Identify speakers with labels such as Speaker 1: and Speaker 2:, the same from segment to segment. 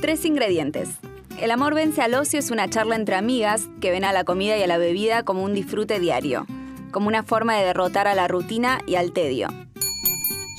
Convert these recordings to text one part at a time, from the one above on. Speaker 1: Tres ingredientes. El amor vence al ocio es una charla entre amigas que ven a la comida y a la bebida como un disfrute diario, como una forma de derrotar a la rutina y al tedio.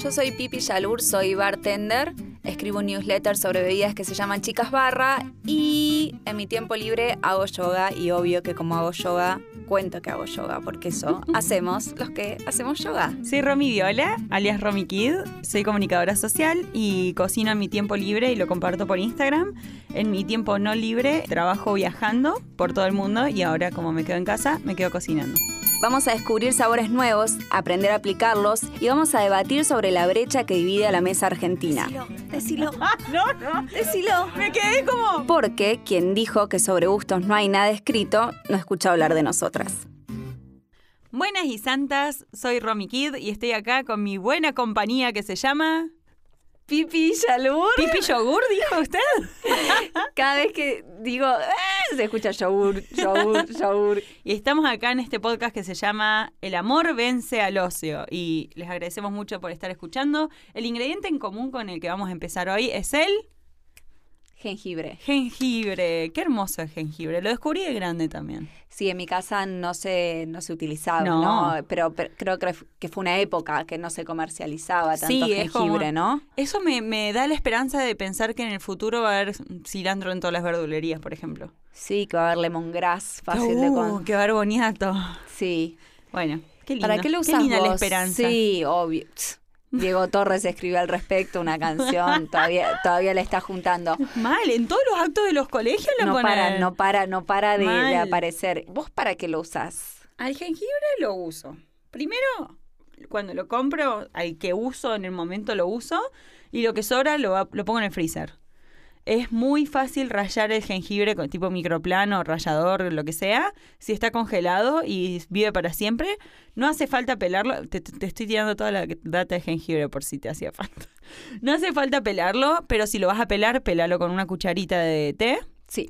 Speaker 1: Yo soy Pipi Yalur, soy bartender, escribo un newsletter sobre bebidas que se llaman Chicas Barra y en mi tiempo libre hago yoga y obvio que como hago yoga, cuento que hago yoga porque eso hacemos los que hacemos yoga.
Speaker 2: Soy Romy Viola, alias Romy Kid. Soy comunicadora social y cocino en mi tiempo libre y lo comparto por Instagram. En mi tiempo no libre trabajo viajando por todo el mundo y ahora como me quedo en casa, me quedo cocinando.
Speaker 1: Vamos a descubrir sabores nuevos, aprender a aplicarlos y vamos a debatir sobre la brecha que divide a la mesa argentina.
Speaker 2: Decilo. Ah, no, no.
Speaker 1: Decilo.
Speaker 2: Me quedé como...
Speaker 1: Porque quien dijo que sobre gustos no hay nada escrito, no escucha hablar de nosotras.
Speaker 2: Buenas y santas, soy Romy Kid y estoy acá con mi buena compañía que se llama...
Speaker 1: Pipi Yalur.
Speaker 2: ¿Pipi Yogur, dijo usted?
Speaker 1: Cada vez que digo, "Eh", se escucha yogur, yogur, yogur.
Speaker 2: Y estamos acá en este podcast que se llama El amor vence al ocio. Y les agradecemos mucho por estar escuchando. El ingrediente en común con el que vamos a empezar hoy es el
Speaker 1: Jengibre.
Speaker 2: jengibre. Qué hermoso el jengibre. Lo descubrí de grande también.
Speaker 1: Sí, en mi casa no se, no se utilizaba,
Speaker 2: No.
Speaker 1: ¿no? Pero, pero creo que f- que fue una época que no se comercializaba tanto
Speaker 2: Sí, es como-
Speaker 1: jengibre, ¿no?
Speaker 2: Eso me, me da la esperanza de pensar que en el futuro va a haber cilantro en todas las verdulerías, por ejemplo.
Speaker 1: Sí, que va a haber lemongrass fácil de
Speaker 2: Uh,
Speaker 1: con...
Speaker 2: ¡Qué barboniato!
Speaker 1: Sí.
Speaker 2: Bueno, qué lindo.
Speaker 1: ¿Para qué lo usas
Speaker 2: linda la
Speaker 1: vos?
Speaker 2: esperanza.
Speaker 1: Sí, obvio. Tss. Diego Torres escribió al respecto una canción, todavía, todavía la está juntando.
Speaker 2: Mal, en todos los actos de los colegios lo
Speaker 1: No
Speaker 2: ponen.
Speaker 1: para, no para, no para de, de
Speaker 2: Mal.
Speaker 1: aparecer. ¿Vos para qué lo usás?
Speaker 2: Al jengibre lo uso. Primero, cuando lo compro, al que uso en el momento lo uso y lo que sobra lo, va- lo pongo en el freezer. Es muy fácil rayar el jengibre con tipo microplano, rallador, lo que sea, si está congelado y vive para siempre. No hace falta pelarlo. Te, te- te estoy tirando toda la data de jengibre por si te hacía falta. No hace falta pelarlo, pero si lo vas a pelar, pelalo con una cucharita de té.
Speaker 1: Sí.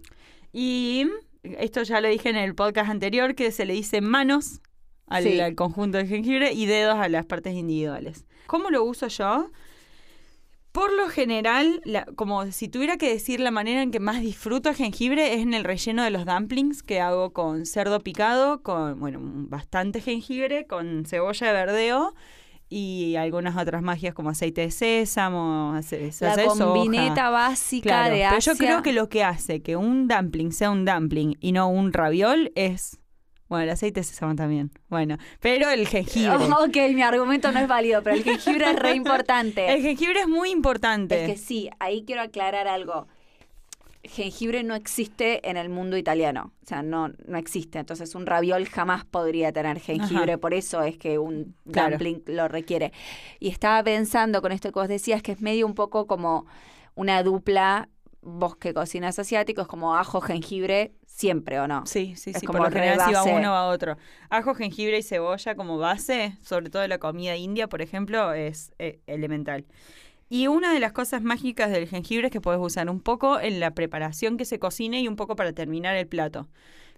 Speaker 2: Y esto ya lo dije en el podcast anterior, que se le dice manos al,
Speaker 1: Sí.
Speaker 2: al conjunto de jengibre y dedos a las partes individuales. ¿Cómo lo uso yo? Por lo general, la- como si tuviera que decir la manera en que más disfruto el jengibre es en el relleno de los dumplings que hago con cerdo picado, con, bueno, bastante jengibre, con cebolla de verdeo y algunas otras magias como aceite de sésamo, ace-
Speaker 1: La
Speaker 2: salsa de soja.
Speaker 1: combineta básica
Speaker 2: Claro,
Speaker 1: de
Speaker 2: pero
Speaker 1: Asia.
Speaker 2: yo creo que lo que hace que un dumpling sea un dumpling y no un raviol es... Bueno, el aceite se llama también. Bueno, pero el jengibre.
Speaker 1: Ok, mi argumento no es válido, pero el jengibre es re importante.
Speaker 2: El jengibre es muy importante.
Speaker 1: Es que sí, ahí quiero aclarar algo. Jengibre no existe en el mundo italiano, o sea, no, no existe. Entonces un raviol jamás podría tener jengibre,
Speaker 2: Ajá.
Speaker 1: por eso es que un
Speaker 2: Claro.
Speaker 1: dumpling lo requiere. Y estaba pensando con esto que vos decías, que es medio un poco como una dupla, vos que cocinas asiático, es como ajo, jengibre, siempre o no.
Speaker 2: Sí, sí,
Speaker 1: Es
Speaker 2: sí.
Speaker 1: como
Speaker 2: por lo general, si va
Speaker 1: rebase.
Speaker 2: uno, va otro. Ajo, jengibre y cebolla como base, sobre todo en la comida india, por ejemplo, es eh, elemental. Y una de las cosas mágicas del jengibre es que puedes usar un poco en la preparación que se cocine y un poco para terminar el plato.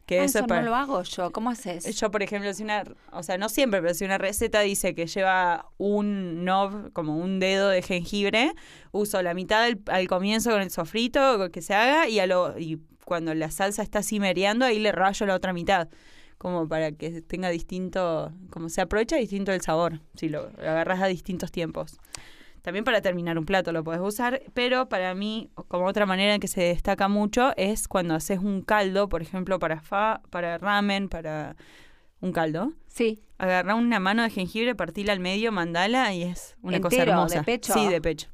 Speaker 2: Que
Speaker 1: Ah, eso
Speaker 2: eso es para...
Speaker 1: no lo hago yo, ¿cómo haces?
Speaker 2: Yo, por ejemplo, si una, o sea, no siempre, pero si una receta dice que lleva un knob, como un dedo de jengibre, uso la mitad al, al comienzo con el sofrito con que se haga y, a lo, y cuando la salsa está así mereando, ahí le rayo la otra mitad, como para que tenga distinto, como se aprovecha distinto el sabor, si lo, lo agarras a distintos tiempos. También para terminar un plato lo puedes usar, pero para mí, como otra manera en que se destaca mucho, es cuando haces un caldo, por ejemplo, para, fa, para ramen, para un caldo.
Speaker 1: Sí,
Speaker 2: Agarra una mano de jengibre, partila al medio, mandala y es una cosa
Speaker 1: Entero,
Speaker 2: hermosa.
Speaker 1: de pecho.
Speaker 2: Sí, de pecho.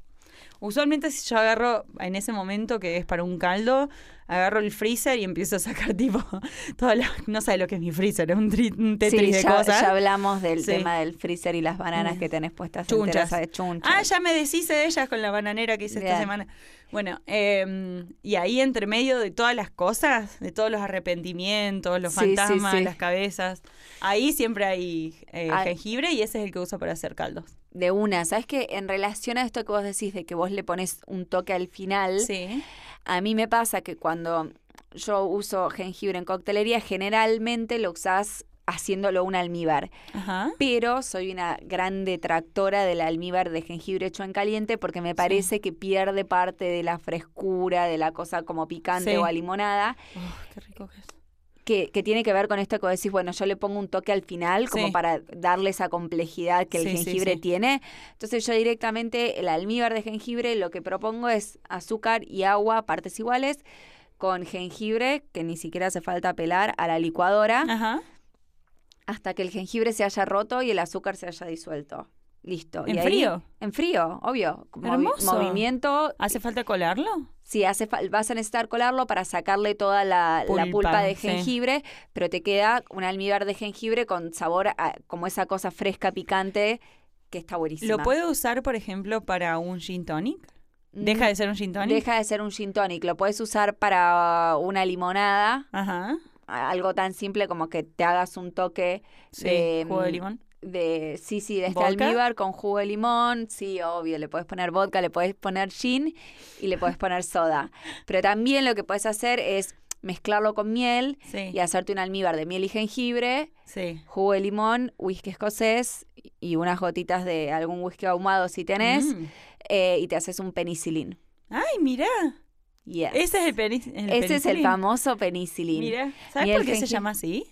Speaker 2: Usualmente si yo agarro en ese momento que es para un caldo, agarro el freezer y empiezo a sacar tipo todas las- no sé lo que es mi freezer, es un, tri- un
Speaker 1: sí
Speaker 2: tetris de
Speaker 1: ya,
Speaker 2: cosas.
Speaker 1: ya hablamos del
Speaker 2: Sí.
Speaker 1: tema del freezer y las bananas que tenés puestas
Speaker 2: Chunchas.
Speaker 1: enteras de chunchas.
Speaker 2: Ah, ya me deshice de ellas con la bananera que hice esta
Speaker 1: Bien.
Speaker 2: semana. Bueno, eh, y ahí entre medio de todas las cosas, de todos los arrepentimientos, los
Speaker 1: Sí, sí,
Speaker 2: fantasmas,
Speaker 1: sí.
Speaker 2: las cabezas, ahí siempre hay eh,
Speaker 1: Ay.
Speaker 2: jengibre y ese es el que uso para hacer caldos.
Speaker 1: De una, ¿sabes que En relación a esto que vos decís de que vos le pones un toque al final,
Speaker 2: Sí.
Speaker 1: a mí me pasa que cuando yo uso jengibre en coctelería, generalmente lo usás haciéndolo un almíbar.
Speaker 2: Ajá.
Speaker 1: Pero soy una gran detractora del almíbar de jengibre hecho en caliente porque me parece que pierde parte de la frescura, de la cosa como picante
Speaker 2: Sí.
Speaker 1: o a limonada,
Speaker 2: Uf, qué rico que es.
Speaker 1: Oh, que, que tiene que ver con esto que vos decís, bueno, yo le pongo un toque al final como
Speaker 2: Sí.
Speaker 1: para darle esa complejidad que el
Speaker 2: Sí, sí,
Speaker 1: jengibre
Speaker 2: sí.
Speaker 1: tiene. Entonces yo directamente el almíbar de jengibre lo que propongo es azúcar y agua partes iguales con jengibre que ni siquiera hace falta pelar a la licuadora
Speaker 2: Ajá.
Speaker 1: hasta que el jengibre se haya roto y el azúcar se haya disuelto. Listo.
Speaker 2: ¿En
Speaker 1: Y ahí-
Speaker 2: frío?
Speaker 1: En frío, obvio. Movi-
Speaker 2: Hermoso.
Speaker 1: movimiento.
Speaker 2: ¿Hace falta colarlo?
Speaker 1: Si hace fal- vas a necesitar colarlo para sacarle toda la la pulpa,
Speaker 2: Pulpa,
Speaker 1: de
Speaker 2: sí.
Speaker 1: jengibre, pero te queda un almíbar de jengibre con sabor a- como esa cosa fresca, picante, que está buenísima.
Speaker 2: ¿Lo puedo usar, por ejemplo, para un gin tonic?
Speaker 1: Mm,
Speaker 2: ¿Deja de ser un gin tonic?
Speaker 1: Deja de ser un gin tonic. Lo puedes usar para una limonada,
Speaker 2: Ajá.
Speaker 1: algo tan simple como que te hagas un toque
Speaker 2: Sí.
Speaker 1: de,
Speaker 2: jugo de
Speaker 1: mm,
Speaker 2: limón.
Speaker 1: de sí, sí, de este
Speaker 2: ¿Vodka?
Speaker 1: almíbar con jugo de limón, sí, obvio, le puedes poner vodka, le puedes poner gin y le puedes poner soda. Pero también lo que puedes hacer es mezclarlo con miel
Speaker 2: Sí. Mm.
Speaker 1: y hacerte un almíbar de miel y jengibre,
Speaker 2: Sí.
Speaker 1: jugo de limón, whisky escocés y unas gotitas de algún whisky ahumado si tenés
Speaker 2: Mm.
Speaker 1: eh, y te haces un penicilín.
Speaker 2: Ay, mira.
Speaker 1: Yes.
Speaker 2: Ese es el, penis, el
Speaker 1: Ese es el
Speaker 2: penicilín.
Speaker 1: famoso penicilín.
Speaker 2: Mira, ¿sabes
Speaker 1: Mira el
Speaker 2: por qué se
Speaker 1: jengibre.
Speaker 2: llama así?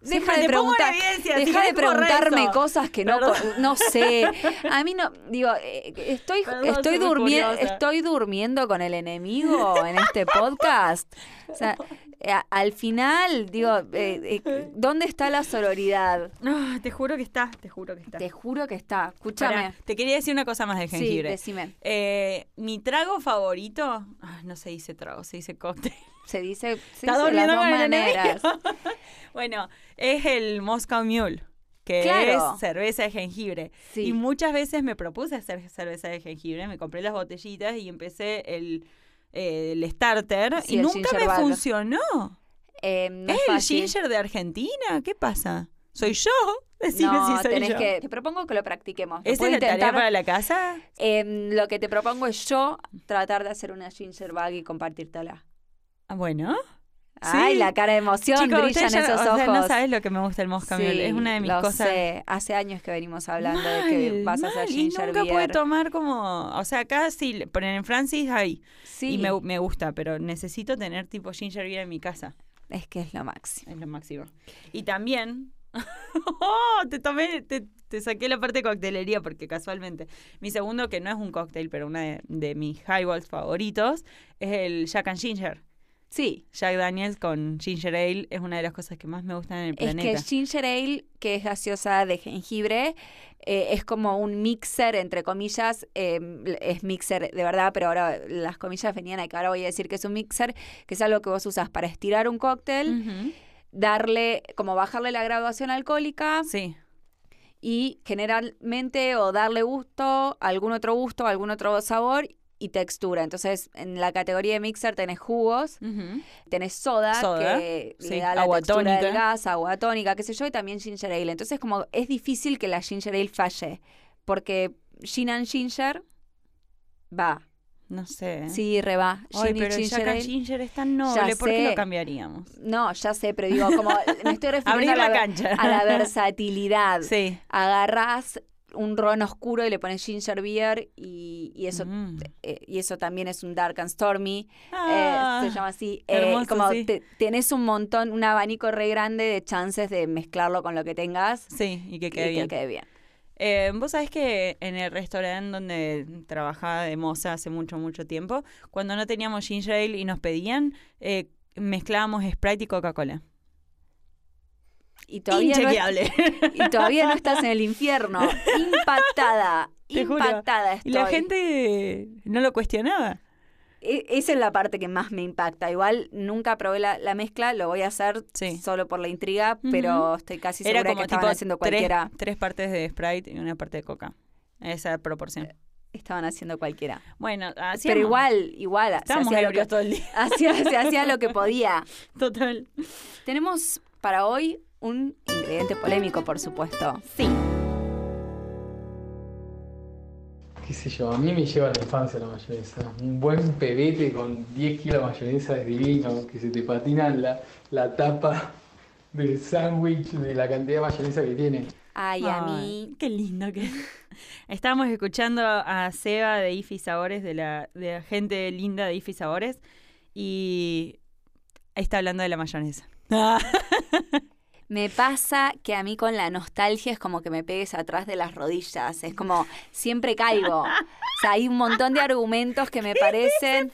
Speaker 1: Deja
Speaker 2: Siempre
Speaker 1: de
Speaker 2: te pongo en
Speaker 1: preguntar,
Speaker 2: evidencia, si
Speaker 1: deja de
Speaker 2: querés borra
Speaker 1: preguntarme
Speaker 2: eso.
Speaker 1: cosas que no
Speaker 2: Perdón.
Speaker 1: co- no sé. A mí no digo, eh, estoy
Speaker 2: Perdón,
Speaker 1: estoy
Speaker 2: soy muy
Speaker 1: durmiendo
Speaker 2: curiosa.
Speaker 1: estoy durmiendo con el enemigo en este podcast. O sea, eh, a- al final digo, eh, eh, ¿dónde está la sororidad?
Speaker 2: No, te juro que está, te juro que está.
Speaker 1: Te juro que está.
Speaker 2: Pará,
Speaker 1: Escúchame.
Speaker 2: te quería decir una cosa más del
Speaker 1: Sí,
Speaker 2: jengibre.
Speaker 1: decime.
Speaker 2: Eh, mi trago favorito, ay, no se dice trago, se dice cóctel.
Speaker 1: Se dice, se
Speaker 2: Está
Speaker 1: dice de las
Speaker 2: durmiendo
Speaker 1: dos
Speaker 2: con el
Speaker 1: maneras.
Speaker 2: enemigo. bueno, es el Moscow Mule, que
Speaker 1: Claro.
Speaker 2: es cerveza de jengibre.
Speaker 1: Sí.
Speaker 2: Y muchas veces me propuse hacer cerveza de jengibre, me compré las botellitas y empecé el, eh, el starter
Speaker 1: Sí,
Speaker 2: y
Speaker 1: el
Speaker 2: nunca
Speaker 1: ginger
Speaker 2: me
Speaker 1: ale.
Speaker 2: funcionó.
Speaker 1: Eh, no
Speaker 2: ¿Es
Speaker 1: es
Speaker 2: el
Speaker 1: fácil.
Speaker 2: ginger de Argentina? ¿Qué pasa? ¿Soy yo? Decime
Speaker 1: No,
Speaker 2: si soy
Speaker 1: tenés
Speaker 2: yo.
Speaker 1: que. Te propongo que lo practiquemos. Lo
Speaker 2: ¿Esa
Speaker 1: puedo
Speaker 2: es la tarea
Speaker 1: intentar.
Speaker 2: para la casa?
Speaker 1: Em, lo que te propongo es yo tratar de hacer una ginger bag y compartírtela.
Speaker 2: Ah, bueno.
Speaker 1: Ay,
Speaker 2: Sí.
Speaker 1: la cara de emoción,
Speaker 2: Chicos,
Speaker 1: brillan
Speaker 2: ustedes ya-
Speaker 1: esos
Speaker 2: o
Speaker 1: ojos.
Speaker 2: sea, no sabes lo que me gusta el mosca Mule.
Speaker 1: Sí,
Speaker 2: Es una de mis
Speaker 1: lo
Speaker 2: cosas.
Speaker 1: sé. Hace años que venimos hablando
Speaker 2: Mal,
Speaker 1: de que vas a hacer
Speaker 2: mal,
Speaker 1: ginger
Speaker 2: y nunca pude
Speaker 1: beer.
Speaker 2: tomar como. O sea, acá sí, le- ponen en Francis ahí.
Speaker 1: Sí,
Speaker 2: Y me, me gusta, pero necesito tener tipo ginger beer en mi casa.
Speaker 1: es que es lo máximo.
Speaker 2: Es lo máximo. Y también. ¡Oh! te tomé. Te, te saqué la parte de coctelería porque casualmente. Mi segundo, que no es un cóctel, pero una de, de mis highballs favoritos, es el Jack and Ginger.
Speaker 1: Sí,
Speaker 2: Jack Daniels con Ginger Ale es una de las cosas que más me gustan en el planeta.
Speaker 1: es que ginger ale, que es gaseosa de jengibre, eh, es como un mixer, entre comillas, em, es mixer de verdad, pero ahora las comillas venían a que ahora voy a decir que es un mixer, que es algo que vos usás para estirar un cóctel,
Speaker 2: Ujú.
Speaker 1: darle, como bajarle la graduación alcohólica
Speaker 2: Sí.
Speaker 1: y generalmente o darle gusto, algún otro gusto, algún otro sabor y textura. Entonces, en la categoría de mixer tenés jugos,
Speaker 2: Ujú.
Speaker 1: tenés soda,
Speaker 2: Soda,
Speaker 1: que
Speaker 2: sí,
Speaker 1: le da la
Speaker 2: agua
Speaker 1: textura del
Speaker 2: tónica.
Speaker 1: gas, agua tónica, qué sé yo, y también ginger ale. Entonces, como es difícil que la ginger ale falle, porque gin and ginger va.
Speaker 2: No sé.
Speaker 1: Sí, re va.
Speaker 2: Eh. Ay,
Speaker 1: Gin y
Speaker 2: pero el
Speaker 1: ginger
Speaker 2: Jack and
Speaker 1: ale.
Speaker 2: Ginger es tan noble,
Speaker 1: Ya
Speaker 2: ¿por qué
Speaker 1: sé.
Speaker 2: lo cambiaríamos?
Speaker 1: No, ya sé, pero digo, como me estoy
Speaker 2: Abrir
Speaker 1: refiriendo a
Speaker 2: la,
Speaker 1: la,
Speaker 2: cancha.
Speaker 1: a la versatilidad.
Speaker 2: sí.
Speaker 1: agarrás un ron oscuro y le pones ginger beer y, y eso
Speaker 2: Mm.
Speaker 1: eh, y eso también es un dark and stormy eh,
Speaker 2: Ah.
Speaker 1: se llama así Eh,
Speaker 2: hermoso,
Speaker 1: como
Speaker 2: sí.
Speaker 1: te- tenés un montón un abanico re grande de chances de mezclarlo con lo que tengas
Speaker 2: Sí, y que
Speaker 1: y
Speaker 2: quede bien.
Speaker 1: que quede bien
Speaker 2: Eh, Vos sabés que en el restaurante donde trabajaba de moza hace mucho, mucho tiempo, cuando no teníamos ginger ale y nos pedían, eh, mezclábamos Sprite y Coca-Cola.
Speaker 1: y todavía no,
Speaker 2: Inchequeable.
Speaker 1: y todavía no estás en el infierno impactada
Speaker 2: Te juro.
Speaker 1: impactada
Speaker 2: y la
Speaker 1: estoy.
Speaker 2: gente no lo cuestionaba.
Speaker 1: E- Esa es la parte que más me impacta. Igual nunca probé la, la mezcla, lo voy a hacer
Speaker 2: Sí.
Speaker 1: solo por la intriga, pero estoy casi
Speaker 2: Era
Speaker 1: segura
Speaker 2: como
Speaker 1: que estaban
Speaker 2: tipo
Speaker 1: haciendo
Speaker 2: tres-
Speaker 1: cualquiera.
Speaker 2: Tres, partes de Sprite y una parte de Coca. Esa proporción.
Speaker 1: Estaban haciendo cualquiera.
Speaker 2: Bueno, así
Speaker 1: Eh, Pero igual, igual, se
Speaker 2: Estábamos
Speaker 1: hacía, lo
Speaker 2: ebrios
Speaker 1: que,
Speaker 2: todo el día.
Speaker 1: hacía- se hacía lo que podía.
Speaker 2: Total.
Speaker 1: Tenemos para hoy un ingrediente polémico, por supuesto.
Speaker 2: Sí.
Speaker 3: qué sé yo, a mí me lleva a la infancia la mayonesa. Un buen pebete con 10 kilos de mayonesa es divino, que se te patina la, la tapa de sándwich, de la cantidad de mayonesa que tiene.
Speaker 1: Ay, a mí.
Speaker 2: Qué lindo que. Estábamos escuchando a Seba de Ifi Sabores, de la, de la gente linda de Ifi Sabores, y está hablando de la mayonesa.
Speaker 1: Ah. Me pasa que a mí con la nostalgia es como que me pegues atrás de las rodillas. Es como, siempre caigo. O sea, hay un montón de argumentos que me parecen.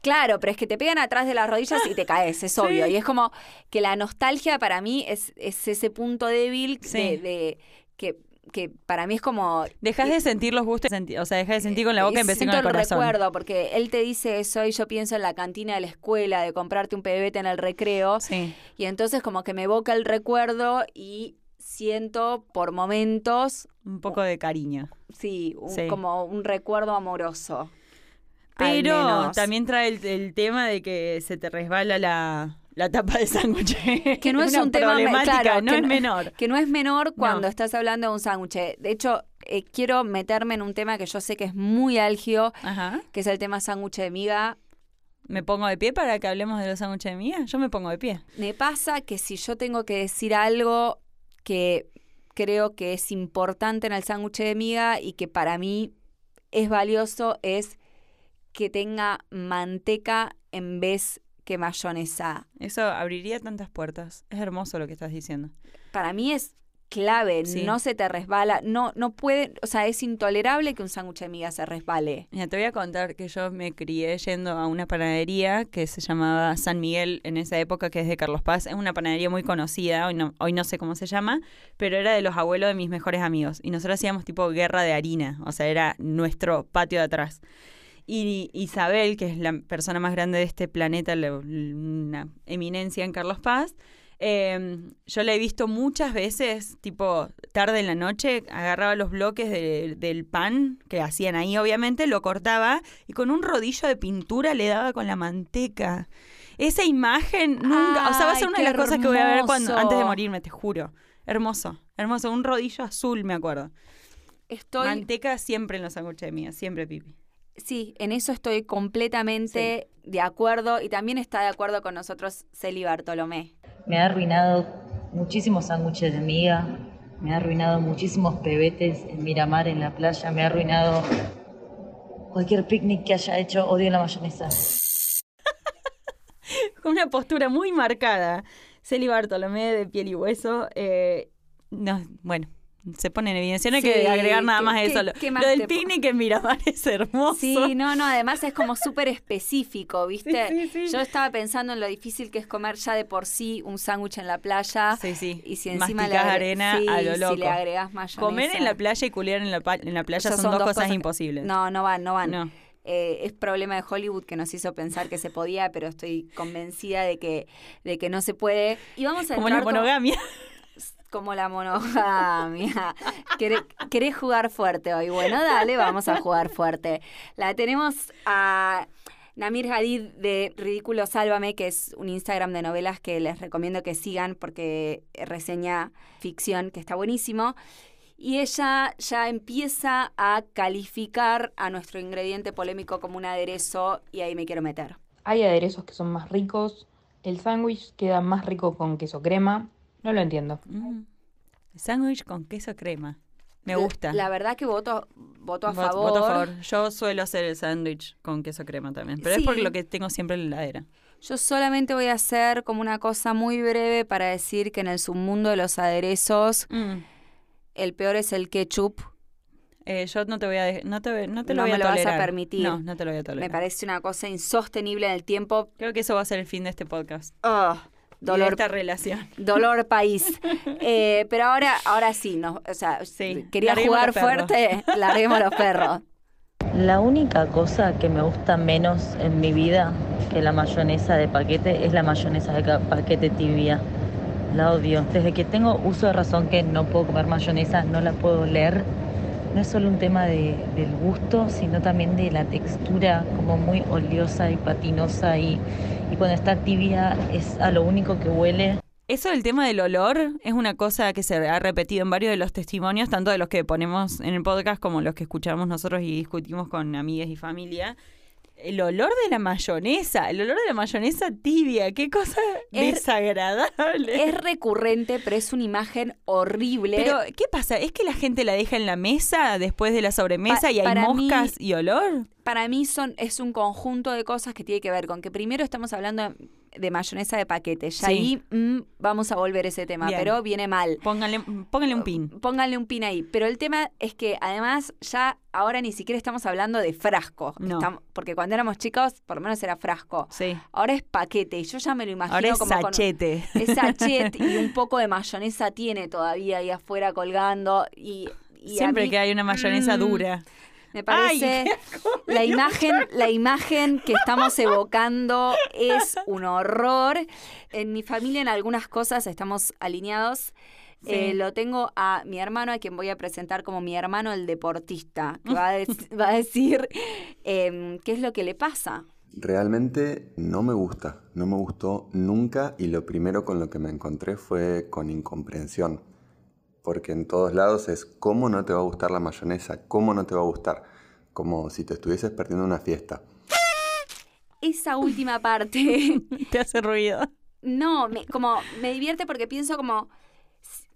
Speaker 1: Claro, pero es que te pegan atrás de las rodillas y te caes, es obvio. Y es como que la nostalgia para mí es, es ese punto débil de-
Speaker 2: Sí.
Speaker 1: de, que, que para mí es como...
Speaker 2: Dejas de sentir los gustos, senti- o sea, dejas de sentir con la boca y
Speaker 1: eh,
Speaker 2: empecé
Speaker 1: siento
Speaker 2: con el corazón.
Speaker 1: recuerdo, porque él te dice eso y yo pienso en la cantina de la escuela, de comprarte un pebete en el recreo,
Speaker 2: Sí.
Speaker 1: y entonces como que me evoca el recuerdo y siento por momentos,
Speaker 2: Un poco de cariño.
Speaker 1: sí, un-
Speaker 2: Sí.
Speaker 1: como un recuerdo amoroso. Al
Speaker 2: Pero
Speaker 1: menos.
Speaker 2: también trae el, el tema de que se te resbala la, la tapa de sándwich.
Speaker 1: Que no es
Speaker 2: Una
Speaker 1: un tema me-
Speaker 2: problemática,
Speaker 1: claro,
Speaker 2: no
Speaker 1: que
Speaker 2: es
Speaker 1: no-
Speaker 2: menor.
Speaker 1: Que no es menor cuando
Speaker 2: No.
Speaker 1: estás hablando de un sándwich. De hecho, eh, quiero meterme en un tema que yo sé que es muy algio,
Speaker 2: Ajá.
Speaker 1: que es el tema sándwich de miga.
Speaker 2: ¿Me pongo de pie para que hablemos de los sándwiches de mía? Yo me pongo de pie.
Speaker 1: Me pasa que si yo tengo que decir algo que creo que es importante en el sándwich de miga y que para mí es valioso, es que tenga manteca en vez que mayonesa.
Speaker 2: Eso abriría tantas puertas. Es hermoso lo que estás diciendo.
Speaker 1: Para mí es clave,
Speaker 2: Sí.
Speaker 1: no se te resbala, no, no puede, o sea, es intolerable que un sándwich de miga se resbale.
Speaker 2: Mira, te voy a contar que yo me crié yendo a una panadería que se llamaba San Miguel en esa época, que es de Carlos Paz. Es una panadería muy conocida, hoy no, hoy no sé cómo se llama, pero era de los abuelos de mis mejores amigos. Y nosotros hacíamos tipo guerra de harina, o sea, era nuestro patio de atrás. Y Isabel, que es la persona más grande de este planeta, la- una eminencia en Carlos Paz, eh, yo la he visto muchas veces, tipo tarde en la noche, agarraba los bloques de- del pan que hacían ahí, obviamente, lo cortaba y con un rodillo de pintura le daba con la manteca. Esa imagen nunca, o sea, va a
Speaker 1: Ay,
Speaker 2: ser una de las
Speaker 1: qué
Speaker 2: cosas que voy a ver cuando,
Speaker 1: hermoso.
Speaker 2: antes de morirme, te juro. Hermoso, hermoso, un rodillo azul, me acuerdo.
Speaker 1: Estoy,
Speaker 2: Manteca siempre en los sándwiches de mía, siempre, Pipi.
Speaker 1: sí, en eso estoy completamente de acuerdo y también está de acuerdo con nosotros Celi Bartolomé.
Speaker 4: Me ha arruinado muchísimos sándwiches de miga, me ha arruinado muchísimos pebetes en Miramar, en la playa, me ha arruinado cualquier picnic que haya hecho. Odio la mayonesa.
Speaker 2: con una postura muy marcada. Celi Bartolomé de piel y hueso. eh, no, bueno, se pone en evidencia. No hay
Speaker 1: Sí,
Speaker 2: que agregar nada
Speaker 1: ¿qué-
Speaker 2: más de
Speaker 1: qué-
Speaker 2: eso. Lo,
Speaker 1: qué más
Speaker 2: lo del
Speaker 1: te po-
Speaker 2: picnic en Miramar es hermoso.
Speaker 1: Sí, no, no, además es como súper específico, ¿viste?
Speaker 2: Sí, sí, sí.
Speaker 1: Yo estaba pensando en lo difícil que es comer ya de por sí un sándwich en la playa.
Speaker 2: Sí, sí.
Speaker 1: ah, Y si encima le
Speaker 2: Masticás
Speaker 1: agre-
Speaker 2: arena
Speaker 1: sí,
Speaker 2: a lo loco.
Speaker 1: si le agregas mayonesa.
Speaker 2: Comer en la playa y culiar en la, pa- en la playa
Speaker 1: Esas
Speaker 2: son, dos, cosas,
Speaker 1: que-
Speaker 2: imposibles.
Speaker 1: No, no van, no van.
Speaker 2: No.
Speaker 1: Eh, es problema de Hollywood que nos hizo pensar que se podía, pero estoy convencida de que, de que no se puede. Y vamos a
Speaker 2: Como la
Speaker 1: entrar con-
Speaker 2: monogamia.
Speaker 1: como la monogamia. ¿Queré- ¿Querés jugar fuerte hoy? Bueno, dale, vamos a jugar fuerte. La tenemos a Namir Hadid de Ridículo Sálvame, que es un Instagram de novelas que les recomiendo que sigan porque reseña ficción que está buenísimo. Y ella ya empieza a calificar a nuestro ingrediente polémico como un aderezo y ahí me quiero meter.
Speaker 5: Hay aderezos que son más ricos. El sándwich queda más rico con queso crema. No lo entiendo.
Speaker 2: Mm. Sándwich con queso crema. Me
Speaker 1: La-
Speaker 2: gusta.
Speaker 1: La, verdad que voto, voto a
Speaker 2: Vot-
Speaker 1: favor.
Speaker 2: voto a favor. Yo suelo hacer el sándwich con queso crema también. Pero
Speaker 1: Sí.
Speaker 2: es por lo que tengo siempre en la heladera.
Speaker 1: Yo solamente voy a hacer como una cosa muy breve para decir que en el submundo de los aderezos el peor es el ketchup.
Speaker 2: Eh, yo no te voy a dej- no te, voy- no te
Speaker 1: No
Speaker 2: lo voy
Speaker 1: me
Speaker 2: a
Speaker 1: lo vas a
Speaker 2: tolerar.
Speaker 1: permitir.
Speaker 2: No, no te lo voy a
Speaker 1: Me
Speaker 2: tolerar.
Speaker 1: parece una cosa insostenible en el tiempo.
Speaker 2: Creo que eso va a ser el fin de este podcast.
Speaker 1: Ugh,
Speaker 2: y
Speaker 1: dolor,
Speaker 2: de esta relación.
Speaker 1: dolor país. Eh, pero ahora, ahora sí, no, o sea,
Speaker 2: Sí,
Speaker 1: quería
Speaker 2: larguemos
Speaker 1: jugar
Speaker 2: los perros.
Speaker 1: fuerte, larguemos los perros.
Speaker 4: La única cosa que me gusta menos en mi vida que la mayonesa de paquete es la mayonesa de ca- paquete tibia. La odio. Desde que tengo uso de razón que no puedo comer mayonesa, no la puedo leer. No es solo un tema de- del gusto, sino también de la textura, como muy oleosa y patinosa. Y, y cuando está tibia es a lo único que huele.
Speaker 2: Eso del tema del olor es una cosa que se ha repetido en varios de los testimonios, tanto de los que ponemos en el podcast como los que escuchamos nosotros y discutimos con amigas y familia. El olor de la mayonesa, el olor de la mayonesa tibia, qué cosa
Speaker 1: Es-
Speaker 2: desagradable.
Speaker 1: Es recurrente, pero es una imagen horrible.
Speaker 2: Pero, ¿qué pasa? ¿Es que la gente la deja en la mesa después de la sobremesa
Speaker 1: Pa-
Speaker 2: y hay
Speaker 1: para mí-
Speaker 2: moscas y olor?
Speaker 1: para mí son, es un conjunto de cosas que tiene que ver con que primero estamos hablando de mayonesa de paquete. Ya
Speaker 2: Sí.
Speaker 1: ahí mm, vamos a volver a ese tema,
Speaker 2: Bien.
Speaker 1: pero viene mal.
Speaker 2: Pónganle, pónganle un pin.
Speaker 1: Pónganle un pin ahí. Pero el tema es que además ya ahora ni siquiera estamos hablando de frasco.
Speaker 2: No.
Speaker 1: Estam- porque cuando éramos chicos, por lo menos era frasco.
Speaker 2: Sí.
Speaker 1: Ahora es paquete. Y yo ya me lo imagino
Speaker 2: Ahora es
Speaker 1: como con-
Speaker 2: sachete.
Speaker 1: es sachet y un poco de mayonesa tiene todavía ahí afuera colgando. Y, y a
Speaker 2: Siempre
Speaker 1: mí
Speaker 2: que hay una mayonesa
Speaker 1: Mm.
Speaker 2: dura.
Speaker 1: Me
Speaker 2: Ay,
Speaker 1: parece
Speaker 2: qué asco,
Speaker 1: la imagen, la imagen que estamos evocando es un horror. En mi familia en algunas cosas estamos alineados.
Speaker 2: Sí.
Speaker 1: Eh, lo tengo a mi hermano, a quien voy a presentar como mi hermano el deportista, que va a, dec- va a decir em, qué es lo que le pasa.
Speaker 6: Realmente no me gusta, no me gustó nunca y lo primero con lo que me encontré fue con incomprensión, porque en todos lados es cómo no te va a gustar la mayonesa, cómo no te va a gustar, como si te estuvieses perdiendo una fiesta.
Speaker 1: Esa última parte
Speaker 2: Te hace ruido.
Speaker 1: No, me, como me divierte porque pienso como s-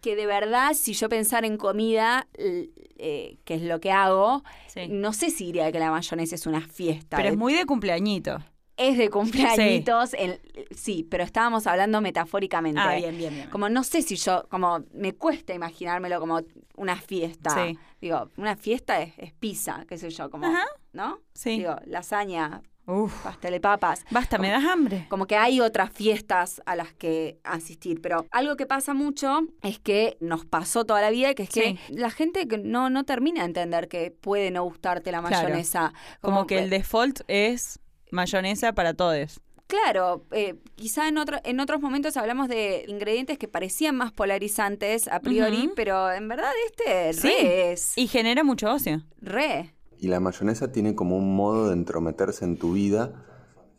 Speaker 1: que de verdad si yo pensara en comida, l- eh, que es lo que hago,
Speaker 2: Sí.
Speaker 1: no sé si diría que la mayonesa es una fiesta.
Speaker 2: Mm, Pero es
Speaker 1: Eh,
Speaker 2: muy de cumpleañito.
Speaker 1: es de cumpleañitos, el- sí, pero estábamos hablando metafóricamente.
Speaker 2: Ah, bien, bien, bien.
Speaker 1: Como no sé si yo, como me cuesta imaginármelo como una fiesta.
Speaker 2: Sí.
Speaker 1: Digo, una fiesta es, es pizza, qué sé yo, como,
Speaker 2: Ajá.
Speaker 1: ¿no?
Speaker 2: Sí.
Speaker 1: Digo, lasaña,
Speaker 2: Uf.
Speaker 1: pastel de papas.
Speaker 2: Basta, me das hambre.
Speaker 1: Como que hay otras fiestas a las que asistir, pero algo que pasa mucho es que nos pasó toda la vida, que es que la gente que no, no termina de entender que puede no gustarte la
Speaker 2: Claro.
Speaker 1: mayonesa.
Speaker 2: Como que el default es mayonesa para todos.
Speaker 1: Claro, eh, quizá en, otro, en otros momentos hablamos de ingredientes que parecían más polarizantes a priori,
Speaker 2: Ujú.
Speaker 1: pero en verdad este re
Speaker 2: Sí.
Speaker 1: es.
Speaker 2: Y genera mucho ocio.
Speaker 1: Re.
Speaker 6: Y la mayonesa tiene como un modo de entrometerse en tu vida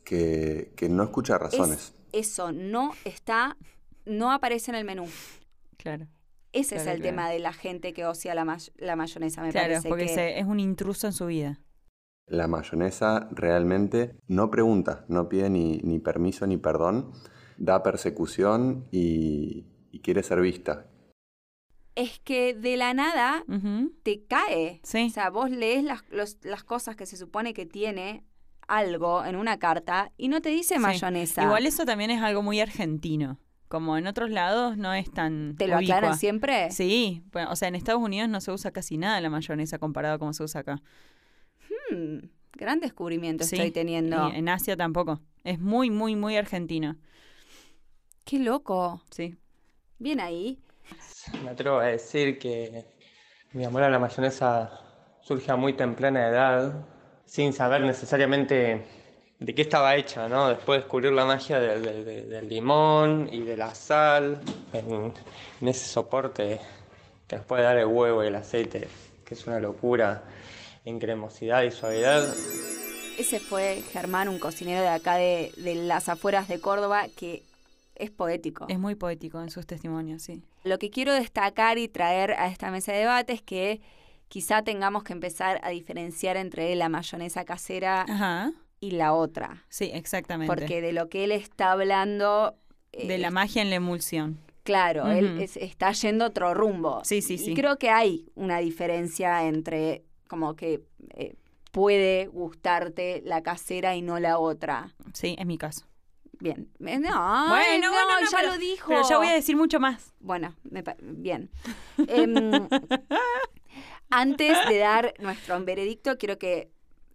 Speaker 6: que, que no escucha razones.
Speaker 1: Es- eso no está, no aparece en el menú.
Speaker 2: Claro.
Speaker 1: Ese es
Speaker 2: Claro,
Speaker 1: el
Speaker 2: claro.
Speaker 1: tema de la gente que ocia la, may- la mayonesa, me
Speaker 2: Claro,
Speaker 1: parece.
Speaker 2: porque
Speaker 1: que-
Speaker 2: se- es un intruso en su vida.
Speaker 6: La mayonesa realmente no pregunta, no pide ni, ni permiso ni perdón, da persecución y, y quiere ser vista.
Speaker 1: es que de la nada
Speaker 2: Ujú.
Speaker 1: te cae.
Speaker 2: Sí.
Speaker 1: O sea, vos lees las, los- las cosas que se supone que tiene algo en una carta y no te dice
Speaker 2: Sí.
Speaker 1: mayonesa.
Speaker 2: Igual eso también es algo muy argentino. Como en otros lados no es tan.
Speaker 1: ¿Te lo
Speaker 2: ubicua.
Speaker 1: aclaran siempre?
Speaker 2: Sí, bueno, o sea, en Estados Unidos no se usa casi nada la mayonesa comparado a como se usa acá.
Speaker 1: Hmm, gran descubrimiento
Speaker 2: Sí,
Speaker 1: estoy teniendo.
Speaker 2: Y en Asia tampoco. Es muy, muy, muy argentino.
Speaker 1: Qué loco.
Speaker 2: Sí.
Speaker 1: Bien ahí.
Speaker 7: Me atrevo a decir que mi amor a la mayonesa surge a muy temprana edad, sin saber necesariamente de qué estaba hecha, ¿no? Después descubrir la magia del, del- del- del limón y de la sal en, en ese soporte que nos puede dar el huevo y el aceite, que es una locura en cremosidad y suavidad.
Speaker 1: Ese fue Germán, un cocinero de acá de, de las afueras de Córdoba, que es poético.
Speaker 2: Es muy poético en sus testimonios, sí.
Speaker 1: Lo que quiero destacar y traer a esta mesa de debate es que quizá tengamos que empezar a diferenciar entre la mayonesa casera
Speaker 2: Ajá.
Speaker 1: y la otra.
Speaker 2: Sí, Ah. exactamente.
Speaker 1: Ah. Porque de lo que él está hablando. eh,
Speaker 2: de la magia en la emulsión.
Speaker 1: Claro, él
Speaker 2: Ujú.
Speaker 1: es- está yendo otro rumbo.
Speaker 2: Sí, sí,
Speaker 1: y
Speaker 2: sí.
Speaker 1: creo que hay una diferencia entre como que eh, puede gustarte la casera y no la otra.
Speaker 2: Sí, es mi caso.
Speaker 1: Bien. Eh, No, ay, no, ya
Speaker 2: pero-
Speaker 1: lo dijo.
Speaker 2: Pero ya voy a decir mucho más.
Speaker 1: Bueno, me pa- bien. Em, antes de dar nuestro veredicto, quiero que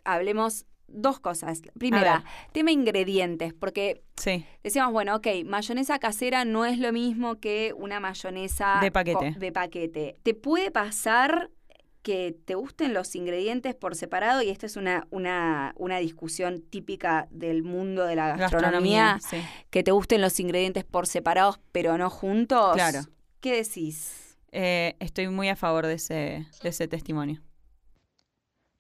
Speaker 1: hablemos dos cosas. Primera, tema ingredientes, porque
Speaker 2: Sí.
Speaker 1: decíamos, bueno, ok, mayonesa casera no es lo mismo que una mayonesa
Speaker 2: De paquete.
Speaker 1: co- de paquete. ¿Te puede pasar que te gusten los ingredientes por separado? Y esta es una, una, una discusión típica del mundo de la gastronomía,
Speaker 2: Sí.
Speaker 1: que te gusten los ingredientes por separados, pero no juntos.
Speaker 2: Claro.
Speaker 1: ¿Qué decís?
Speaker 2: Eh, estoy muy a favor de ese, de ese testimonio.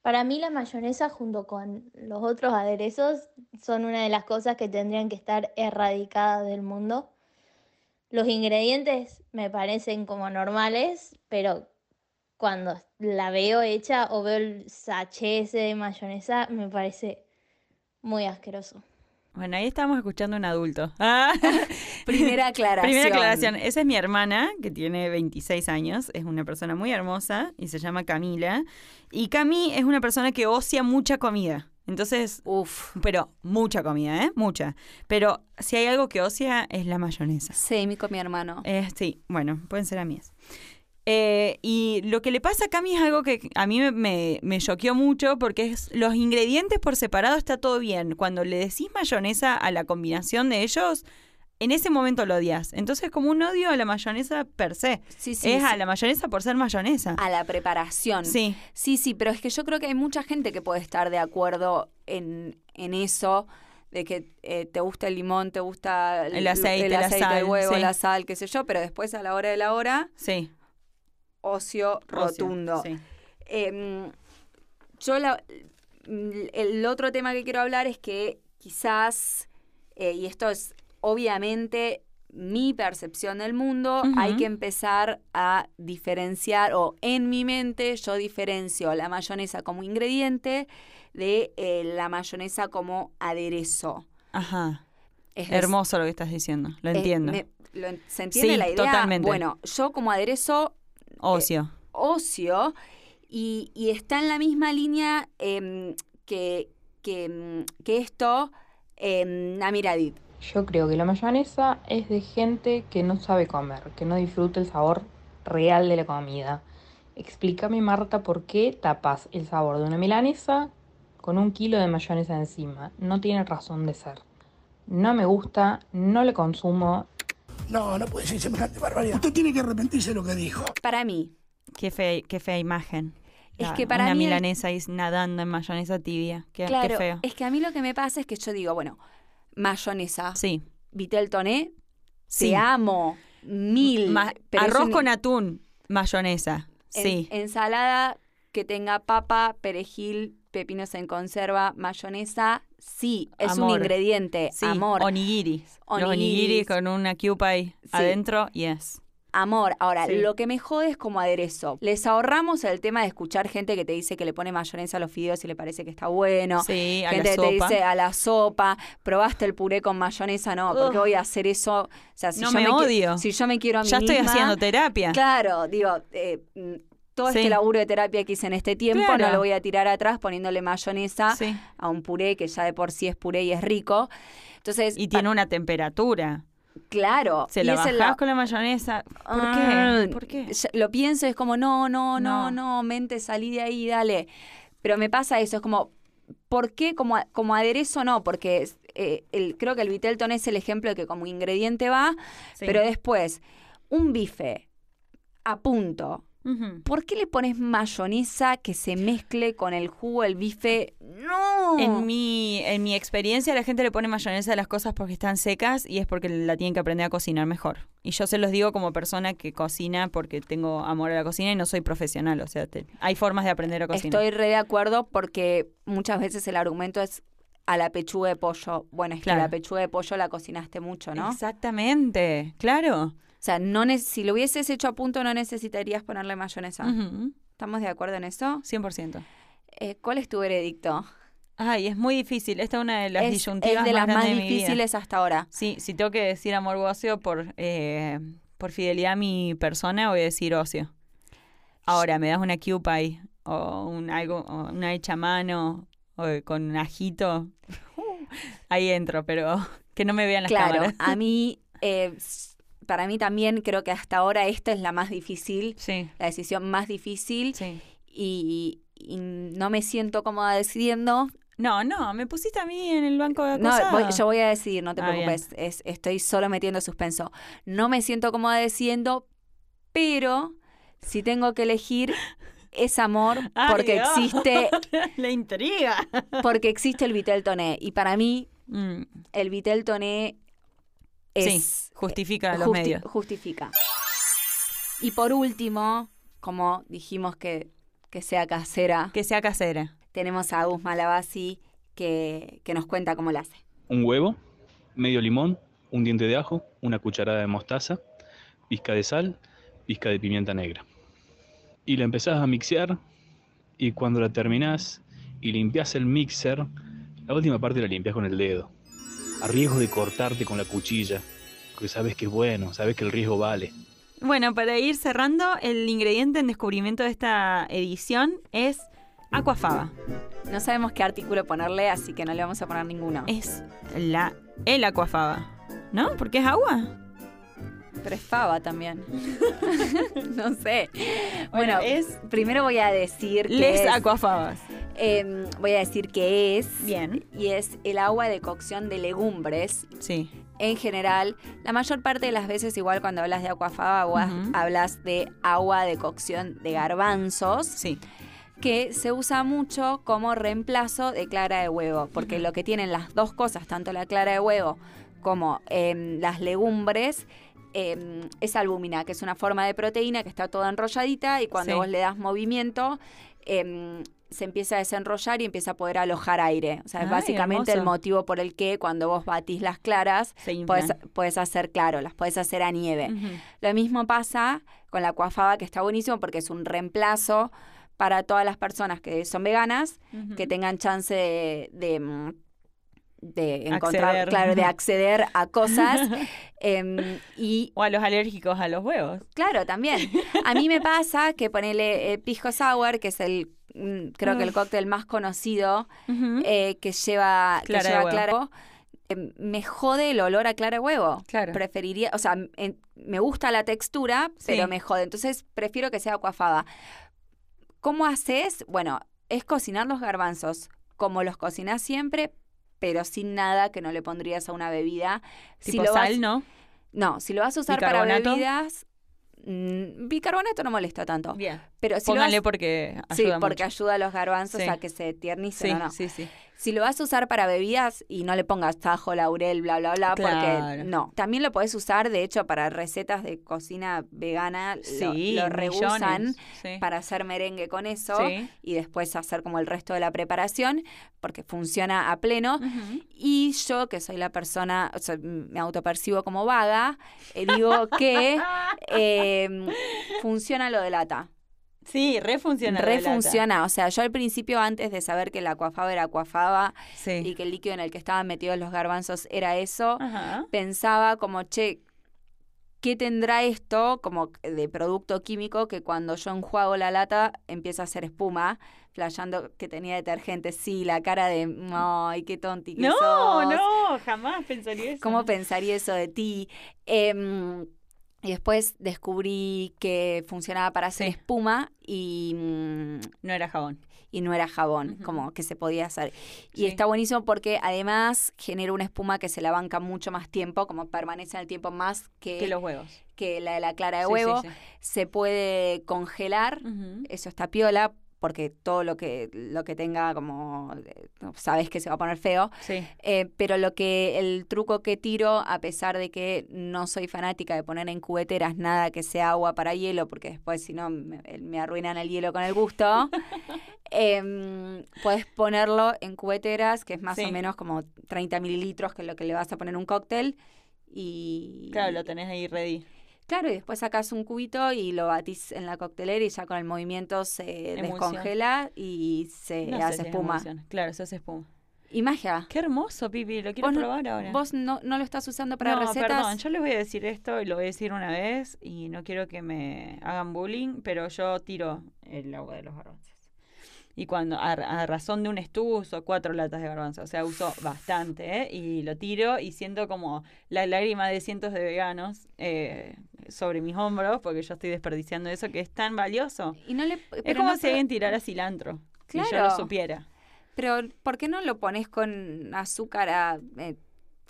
Speaker 8: Para mí la mayonesa junto con los otros aderezos son una de las cosas que tendrían que estar erradicadas del mundo. Los ingredientes me parecen como normales, pero cuando la veo hecha o veo el sachet ese de mayonesa me parece Muy asqueroso.
Speaker 2: Bueno, ahí estamos escuchando un adulto. Ah.
Speaker 1: Primera aclaración.
Speaker 2: Primera aclaración. Esa es mi hermana, que tiene 26 años. Es una persona muy hermosa y se llama Camila. Y Cami es una persona que ocia mucha comida. Entonces, uff, pero mucha comida, ¿eh? Mucha. Pero si hay algo que ocia es la mayonesa.
Speaker 1: Sí, mi con mi hermano.
Speaker 2: Eh, sí, bueno, pueden ser amigas. Eh, y lo que le pasa a Cami es algo que a mí me- me me choqueó mucho porque es los ingredientes por separado está todo bien. Cuando le decís mayonesa a la combinación de ellos, en ese momento lo odias. Entonces es como un odio a la mayonesa per se.
Speaker 1: Sí, sí,
Speaker 2: es
Speaker 1: sí.
Speaker 2: a la mayonesa por ser mayonesa.
Speaker 1: A la preparación.
Speaker 2: Sí.
Speaker 1: Sí, sí, pero es que yo creo que hay mucha gente que puede estar de acuerdo en, en eso, de que eh, te gusta el limón, te gusta
Speaker 2: El aceite,
Speaker 1: el,
Speaker 2: la
Speaker 1: aceite,
Speaker 2: sal,
Speaker 1: el huevo,
Speaker 2: sí.
Speaker 1: la sal, qué sé yo, pero después a la hora de la hora,
Speaker 2: Sí.
Speaker 1: ocio rotundo.
Speaker 2: Sí.
Speaker 1: Eh, yo la- el otro tema que quiero hablar es que quizás, eh, y esto es obviamente mi percepción del mundo,
Speaker 2: Ujú.
Speaker 1: hay que empezar a diferenciar, o en mi mente yo diferencio la mayonesa como ingrediente de eh, la mayonesa como aderezo.
Speaker 2: Ajá.
Speaker 1: Es dec-
Speaker 2: Hermoso lo que estás diciendo. Lo
Speaker 1: es-
Speaker 2: entiendo.
Speaker 1: me- lo en- ¿Se entiende
Speaker 2: Sí,
Speaker 1: la idea?
Speaker 2: totalmente.
Speaker 1: Bueno, yo como aderezo eh,
Speaker 2: Ocio.
Speaker 1: ocio y, y está en la misma línea em, que, que, em, que esto em, Namiradit.
Speaker 5: Yo creo que la mayonesa es de gente que no sabe comer, que no disfruta el sabor real de la comida. Explícame, Marta, por qué tapas el sabor de una milanesa con un kilo de mayonesa encima. No tiene razón de ser. No me gusta, no le consumo.
Speaker 9: No, no puede decir semejante barbaridad. Usted tiene que arrepentirse de lo que dijo.
Speaker 1: Para mí,
Speaker 2: Qué, fe- qué fea imagen.
Speaker 1: Es
Speaker 2: La-
Speaker 1: que para
Speaker 2: una
Speaker 1: mí el-
Speaker 2: milanesa ahí nadando en mayonesa tibia. Qué, qué
Speaker 1: claro,
Speaker 2: feo.
Speaker 1: es que a mí lo que me pasa es que yo digo, bueno, mayonesa,
Speaker 2: Sí.
Speaker 1: Vitel Toné,
Speaker 2: Sí.
Speaker 1: te amo, mil.
Speaker 2: Ma-
Speaker 1: pero es
Speaker 2: arroz
Speaker 1: un-
Speaker 2: con atún, mayonesa.
Speaker 1: en-
Speaker 2: Sí.
Speaker 1: Ensalada que tenga papa, perejil, pepinos en conserva, mayonesa, sí, es un
Speaker 2: Amor.
Speaker 1: ingrediente,
Speaker 2: sí.
Speaker 1: amor.
Speaker 2: Onigiri. Los
Speaker 1: Onigiris.
Speaker 2: onigiris con una cupa ahí adentro, yes.
Speaker 1: Amor, ahora,
Speaker 2: Sí.
Speaker 1: lo que me jode es como aderezo. Les ahorramos el tema de escuchar gente que te dice que le pone mayonesa a los fideos y le parece que está bueno.
Speaker 2: Sí, a la
Speaker 1: gente que te
Speaker 2: sopa.
Speaker 1: dice a la sopa, probaste el puré con mayonesa, no, porque
Speaker 2: Ugh.
Speaker 1: voy a hacer eso. O sea, si
Speaker 2: No
Speaker 1: yo
Speaker 2: me
Speaker 1: qui-
Speaker 2: odio.
Speaker 1: Si yo me quiero a mí
Speaker 2: ya estoy
Speaker 1: misma,
Speaker 2: haciendo terapia.
Speaker 1: Claro, digo, eh, mm, todo
Speaker 2: Sí.
Speaker 1: este laburo de terapia que hice en este tiempo
Speaker 2: Claro.
Speaker 1: no lo voy a tirar atrás poniéndole mayonesa
Speaker 2: Sí.
Speaker 1: a un puré que ya de por sí es puré y es rico. Entonces,
Speaker 2: Y tiene una temperatura.
Speaker 1: pa- claro,
Speaker 2: Se
Speaker 1: y
Speaker 2: la
Speaker 1: es
Speaker 2: bajás
Speaker 1: el la-
Speaker 2: con la mayonesa. ¿Por
Speaker 1: Ah,
Speaker 2: qué? ¿Por qué?
Speaker 1: ya- Lo pienso, es como, no, no, no,
Speaker 2: No.
Speaker 1: no, mente, salí de ahí, dale. Pero me pasa eso, es como, ¿por qué como, a- como aderezo no? Porque es, eh, el, creo que el Vitelton es el ejemplo de que como ingrediente va,
Speaker 2: Sí.
Speaker 1: pero después, un bife a punto.
Speaker 2: Ujú.
Speaker 1: ¿Por qué le pones mayonesa que se mezcle con el jugo del bife? ¡No!
Speaker 2: En mi, en mi experiencia, la gente le pone mayonesa a las cosas porque están secas y es porque la tienen que aprender a cocinar mejor. Y yo se los digo como persona que cocina porque tengo amor a la cocina y no soy profesional. O sea, te- hay formas de aprender a cocinar.
Speaker 1: Estoy re de acuerdo porque muchas veces el argumento es a la pechuga de pollo. Bueno, es
Speaker 2: Claro.
Speaker 1: que la pechuga de pollo la cocinaste mucho, ¿no?
Speaker 2: Exactamente, claro.
Speaker 1: O sea, no ne- si lo hubieses hecho a punto no necesitarías ponerle mayonesa.
Speaker 2: Ujú,
Speaker 1: ¿Estamos de acuerdo en eso?
Speaker 2: 100%.
Speaker 1: Eh, ¿Cuál es tu veredicto?
Speaker 2: Ay, es muy difícil. Esta es una de las
Speaker 1: es,
Speaker 2: disyuntivas
Speaker 1: es de las más,
Speaker 2: grandes de mi vida.
Speaker 1: difíciles hasta ahora.
Speaker 2: Sí, si tengo que decir amor o ocio por, eh, por fidelidad a mi persona, voy a decir ocio. Ahora, me das una cupay o un algo, o una hecha a mano o con un ajito. Ahí entro, pero que no me vean las
Speaker 1: Claro,
Speaker 2: cámaras.
Speaker 1: a mí, eh, s- para mí también creo que hasta ahora esta es la más difícil,
Speaker 2: Sí,
Speaker 1: la decisión más difícil
Speaker 2: sí.
Speaker 1: y, y no me siento cómoda decidiendo.
Speaker 2: No, no, me pusiste a mí en el banco de
Speaker 1: No,
Speaker 2: acusada.
Speaker 1: voy- yo voy a decidir, no te
Speaker 2: Ah, bien.
Speaker 1: preocupes, es- estoy solo metiendo suspenso. No me siento cómoda decidiendo, pero si tengo que elegir es amor
Speaker 2: Ay,
Speaker 1: porque
Speaker 2: Dios.
Speaker 1: existe
Speaker 2: La intriga.
Speaker 1: porque existe el Vitel Toné y para mí
Speaker 2: Mm,
Speaker 1: el Vitel Toné es
Speaker 2: sí, justifica los
Speaker 1: Justi-
Speaker 2: medios.
Speaker 1: Justifica. Y por último, como dijimos que, que sea casera,
Speaker 2: Que sea casera.
Speaker 1: tenemos a Agus Malabasi que, que nos cuenta cómo la hace.
Speaker 10: un huevo, medio limón, un diente de ajo, una cucharada de mostaza, pizca de sal, pizca de pimienta negra. Y la empezás a mixear y cuando la terminás y limpias el mixer, La última parte la limpias con el dedo. A riesgo de cortarte con la cuchilla. Porque sabes que es bueno, sabes que el riesgo vale.
Speaker 2: Bueno, para ir cerrando, el ingrediente en descubrimiento de esta edición es aquafaba.
Speaker 1: No sabemos qué artículo ponerle, así que no le vamos a poner ninguno.
Speaker 2: Es la el aquafaba, ¿no? Porque es agua.
Speaker 1: Pero es fava también. no sé. Bueno,
Speaker 2: Bueno, es-
Speaker 1: primero voy a decir que
Speaker 2: Les
Speaker 1: es-
Speaker 2: aquafabas.
Speaker 1: em, voy a decir que es
Speaker 2: Bien.
Speaker 1: y es el agua de cocción de legumbres
Speaker 2: Sí.
Speaker 1: en general. La mayor parte de las veces igual cuando hablas de aquafaba agua-
Speaker 2: Ujú.
Speaker 1: hablas de agua de cocción de garbanzos.
Speaker 2: Sí.
Speaker 1: que se usa mucho como reemplazo de clara de huevo, porque lo que tienen las dos cosas, tanto la clara de huevo como em, las legumbres, em, es albúmina, que es una forma de proteína que está toda enrolladita y cuando
Speaker 2: Sí.
Speaker 1: vos le das movimiento, em, se empieza a desenrollar y empieza a poder alojar aire. O sea, es
Speaker 2: Ay,
Speaker 1: básicamente el
Speaker 2: hermoso.
Speaker 1: motivo por el que cuando vos batís las claras,
Speaker 2: Se inflan.
Speaker 1: podés, podés hacer, claro, las podés hacer a nieve.
Speaker 2: Ujú.
Speaker 1: Lo mismo pasa con la cuafaba, que está buenísimo porque es un reemplazo para todas las personas que son veganas,
Speaker 2: Ujú.
Speaker 1: que tengan chance de, de, mm, de encontrar,
Speaker 2: Acceder.
Speaker 1: claro, de acceder a cosas. em, y
Speaker 2: O a los alérgicos a los huevos.
Speaker 1: claro, también. A mí me pasa que ponele eh, pisco sour, que es el, mm, creo que el
Speaker 2: Uf.
Speaker 1: cóctel más conocido,
Speaker 2: Ujú.
Speaker 1: eh, que lleva, que
Speaker 2: Clara de
Speaker 1: lleva
Speaker 2: huevo.
Speaker 1: clara de huevo, eh, me jode el olor a clara de huevo.
Speaker 2: Claro.
Speaker 1: Preferiría, o sea, m- en- me gusta la textura,
Speaker 2: Sí.
Speaker 1: pero me jode. Entonces prefiero que sea cuafada. ¿Cómo haces? Bueno, es cocinar los garbanzos como los cocinas siempre, pero sin nada que no le pondrías a una bebida. Si
Speaker 2: tipo
Speaker 1: lo vas-
Speaker 2: sal, ¿no?
Speaker 1: No, si lo vas a usar para
Speaker 2: ¿Bicarbonato?
Speaker 1: bebidas, mm, bicarbonato no molesta tanto.
Speaker 2: Bien.
Speaker 1: Pero si lo
Speaker 2: Pónganle
Speaker 1: vas-
Speaker 2: porque
Speaker 1: Sí,
Speaker 2: ayuda
Speaker 1: porque
Speaker 2: mucho.
Speaker 1: ayuda a los garbanzos
Speaker 2: Sí.
Speaker 1: a que se tiernicen
Speaker 2: Sí,
Speaker 1: ¿o no.
Speaker 2: sí, sí.
Speaker 1: Si lo vas a usar para bebidas y no le pongas tajo, laurel, bla, bla, bla, porque
Speaker 2: Claro.
Speaker 1: no. También lo podés usar, de hecho, para recetas de cocina vegana. lo-
Speaker 2: Sí,
Speaker 1: lo, rehusan
Speaker 2: millones. Sí.
Speaker 1: para hacer merengue con eso
Speaker 2: Sí.
Speaker 1: y después hacer como el resto de la preparación, porque funciona a pleno.
Speaker 2: Ujú.
Speaker 1: Y yo, que soy la persona, o sea, me autopercibo como vaga, eh, digo que eh, funciona lo de lata.
Speaker 2: Sí, refunciona. la lata.
Speaker 1: Refunciona. O sea, yo al principio, antes de saber que la cuafaba era cuafaba,
Speaker 2: Sí. Ah.
Speaker 1: y que el líquido en el que estaban metidos los garbanzos era eso,
Speaker 2: Ajá.
Speaker 1: pensaba como, che, ¿qué tendrá esto como de producto químico que cuando yo enjuago la lata empieza a hacer espuma? Flayando que tenía detergente, sí, la cara de, ay, qué tonti que
Speaker 2: No,
Speaker 1: sos".
Speaker 2: no, jamás pensaría eso.
Speaker 1: ¿Cómo pensaría eso de ti? Em, y después descubrí que funcionaba para hacer
Speaker 2: Sí.
Speaker 1: espuma y, mm,
Speaker 2: No era jabón.
Speaker 1: y no era jabón,
Speaker 2: Ujú.
Speaker 1: como que se podía hacer. Y
Speaker 2: Sí.
Speaker 1: está buenísimo porque además genera una espuma que se la banca mucho más tiempo, como permanece en el tiempo más que,
Speaker 2: Que los huevos.
Speaker 1: que la de la clara de
Speaker 2: Sí, sí,
Speaker 1: Eh, huevo. Eh,
Speaker 2: sí.
Speaker 1: Se puede congelar,
Speaker 2: Ujú.
Speaker 1: eso está piola, porque todo lo que, lo que tenga como, eh, sabes que se va a poner feo.
Speaker 2: Sí.
Speaker 1: Eh, pero lo que el truco que tiro, a pesar de que no soy fanática de poner en cubeteras nada que sea agua para hielo, porque después si no me, me arruinan el hielo con el gusto, em, puedes ponerlo en cubeteras, que es más o
Speaker 2: Sí.
Speaker 1: menos como 30 mililitros, que es lo que le vas a poner a un cóctel. Y
Speaker 2: Claro, lo tenés ahí ready.
Speaker 1: Claro, y después sacas un cubito y lo batís en la coctelera y ya con el movimiento se
Speaker 2: Emulsión.
Speaker 1: descongela y se
Speaker 2: No sé
Speaker 1: eh, hace
Speaker 2: si es
Speaker 1: espuma.
Speaker 2: emulsión. Claro, se hace espuma.
Speaker 1: Y magia.
Speaker 2: Qué hermoso, Pipi. Lo quiero
Speaker 1: no-
Speaker 2: probar ahora.
Speaker 1: ¿Vos no, no lo estás usando para
Speaker 2: no,
Speaker 1: recetas?
Speaker 2: perdón, yo les voy a decir esto y lo voy a decir una vez y no quiero que me hagan bullying, pero yo tiro el agua de los garbanzos. Y cuando, a, ra- a razón de un estuvo, uso cuatro latas de garbanzos. O sea, uso bastante, ¿eh? Y lo tiro y siento como la lágrima de cientos de veganos eh, sobre mis hombros porque yo estoy desperdiciando eso que es tan valioso.
Speaker 1: Y no le,
Speaker 2: es
Speaker 1: Eh, pero
Speaker 2: como
Speaker 1: no
Speaker 2: si
Speaker 1: pro-
Speaker 2: alguien tirara cilantro. Y yo
Speaker 1: Claro.
Speaker 2: lo supiera.
Speaker 1: Pero, ¿por qué no lo pones con azúcar a eh,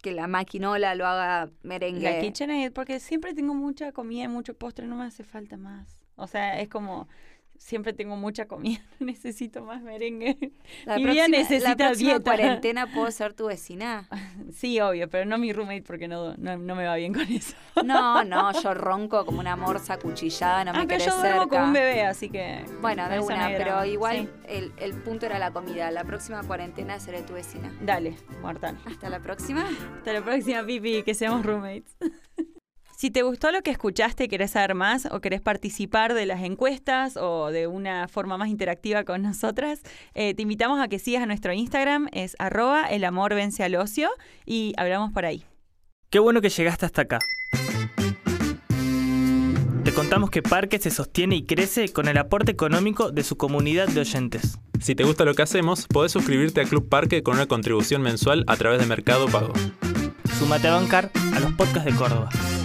Speaker 1: que la maquinola lo haga merengue?
Speaker 2: La KitchenAid, porque siempre tengo mucha comida y mucho postre, no me hace falta más. O sea, es como, siempre tengo mucha comida, necesito más merengue.
Speaker 1: La
Speaker 2: Mi
Speaker 1: próxima,
Speaker 2: vida
Speaker 1: la
Speaker 2: necesita
Speaker 1: próxima
Speaker 2: dieta.
Speaker 1: cuarentena puedo ser tu vecina.
Speaker 2: Sí, obvio, pero no mi roommate porque no, no, no me va bien con eso.
Speaker 1: No, no, yo ronco como una morsa cuchillada, no
Speaker 2: Ah,
Speaker 1: me
Speaker 2: pero
Speaker 1: querés
Speaker 2: yo duermo
Speaker 1: cerca.
Speaker 2: con un bebé, así que...
Speaker 1: Bueno, de
Speaker 2: eso no
Speaker 1: una,
Speaker 2: hay
Speaker 1: pero
Speaker 2: drama.
Speaker 1: igual
Speaker 2: Sí.
Speaker 1: el, el punto era la comida. La próxima cuarentena seré tu vecina.
Speaker 2: Dale, mortal.
Speaker 1: Hasta la próxima.
Speaker 2: Hasta la próxima, Pipi, que seamos roommates. Si te gustó lo que escuchaste, querés saber más o querés participar de las encuestas o de una forma más interactiva con nosotras, eh, te invitamos a que sigas a nuestro Instagram, es arroba el amor vence al ocio y hablamos por ahí.
Speaker 11: Qué bueno que llegaste hasta acá. Te contamos que Parque se sostiene y crece con el aporte económico de su comunidad de oyentes.
Speaker 12: Si te gusta lo que hacemos, podés suscribirte a Club Parque con una contribución mensual a través de Mercado Pago.
Speaker 11: Sumate a bancar a los podcasts de Córdoba.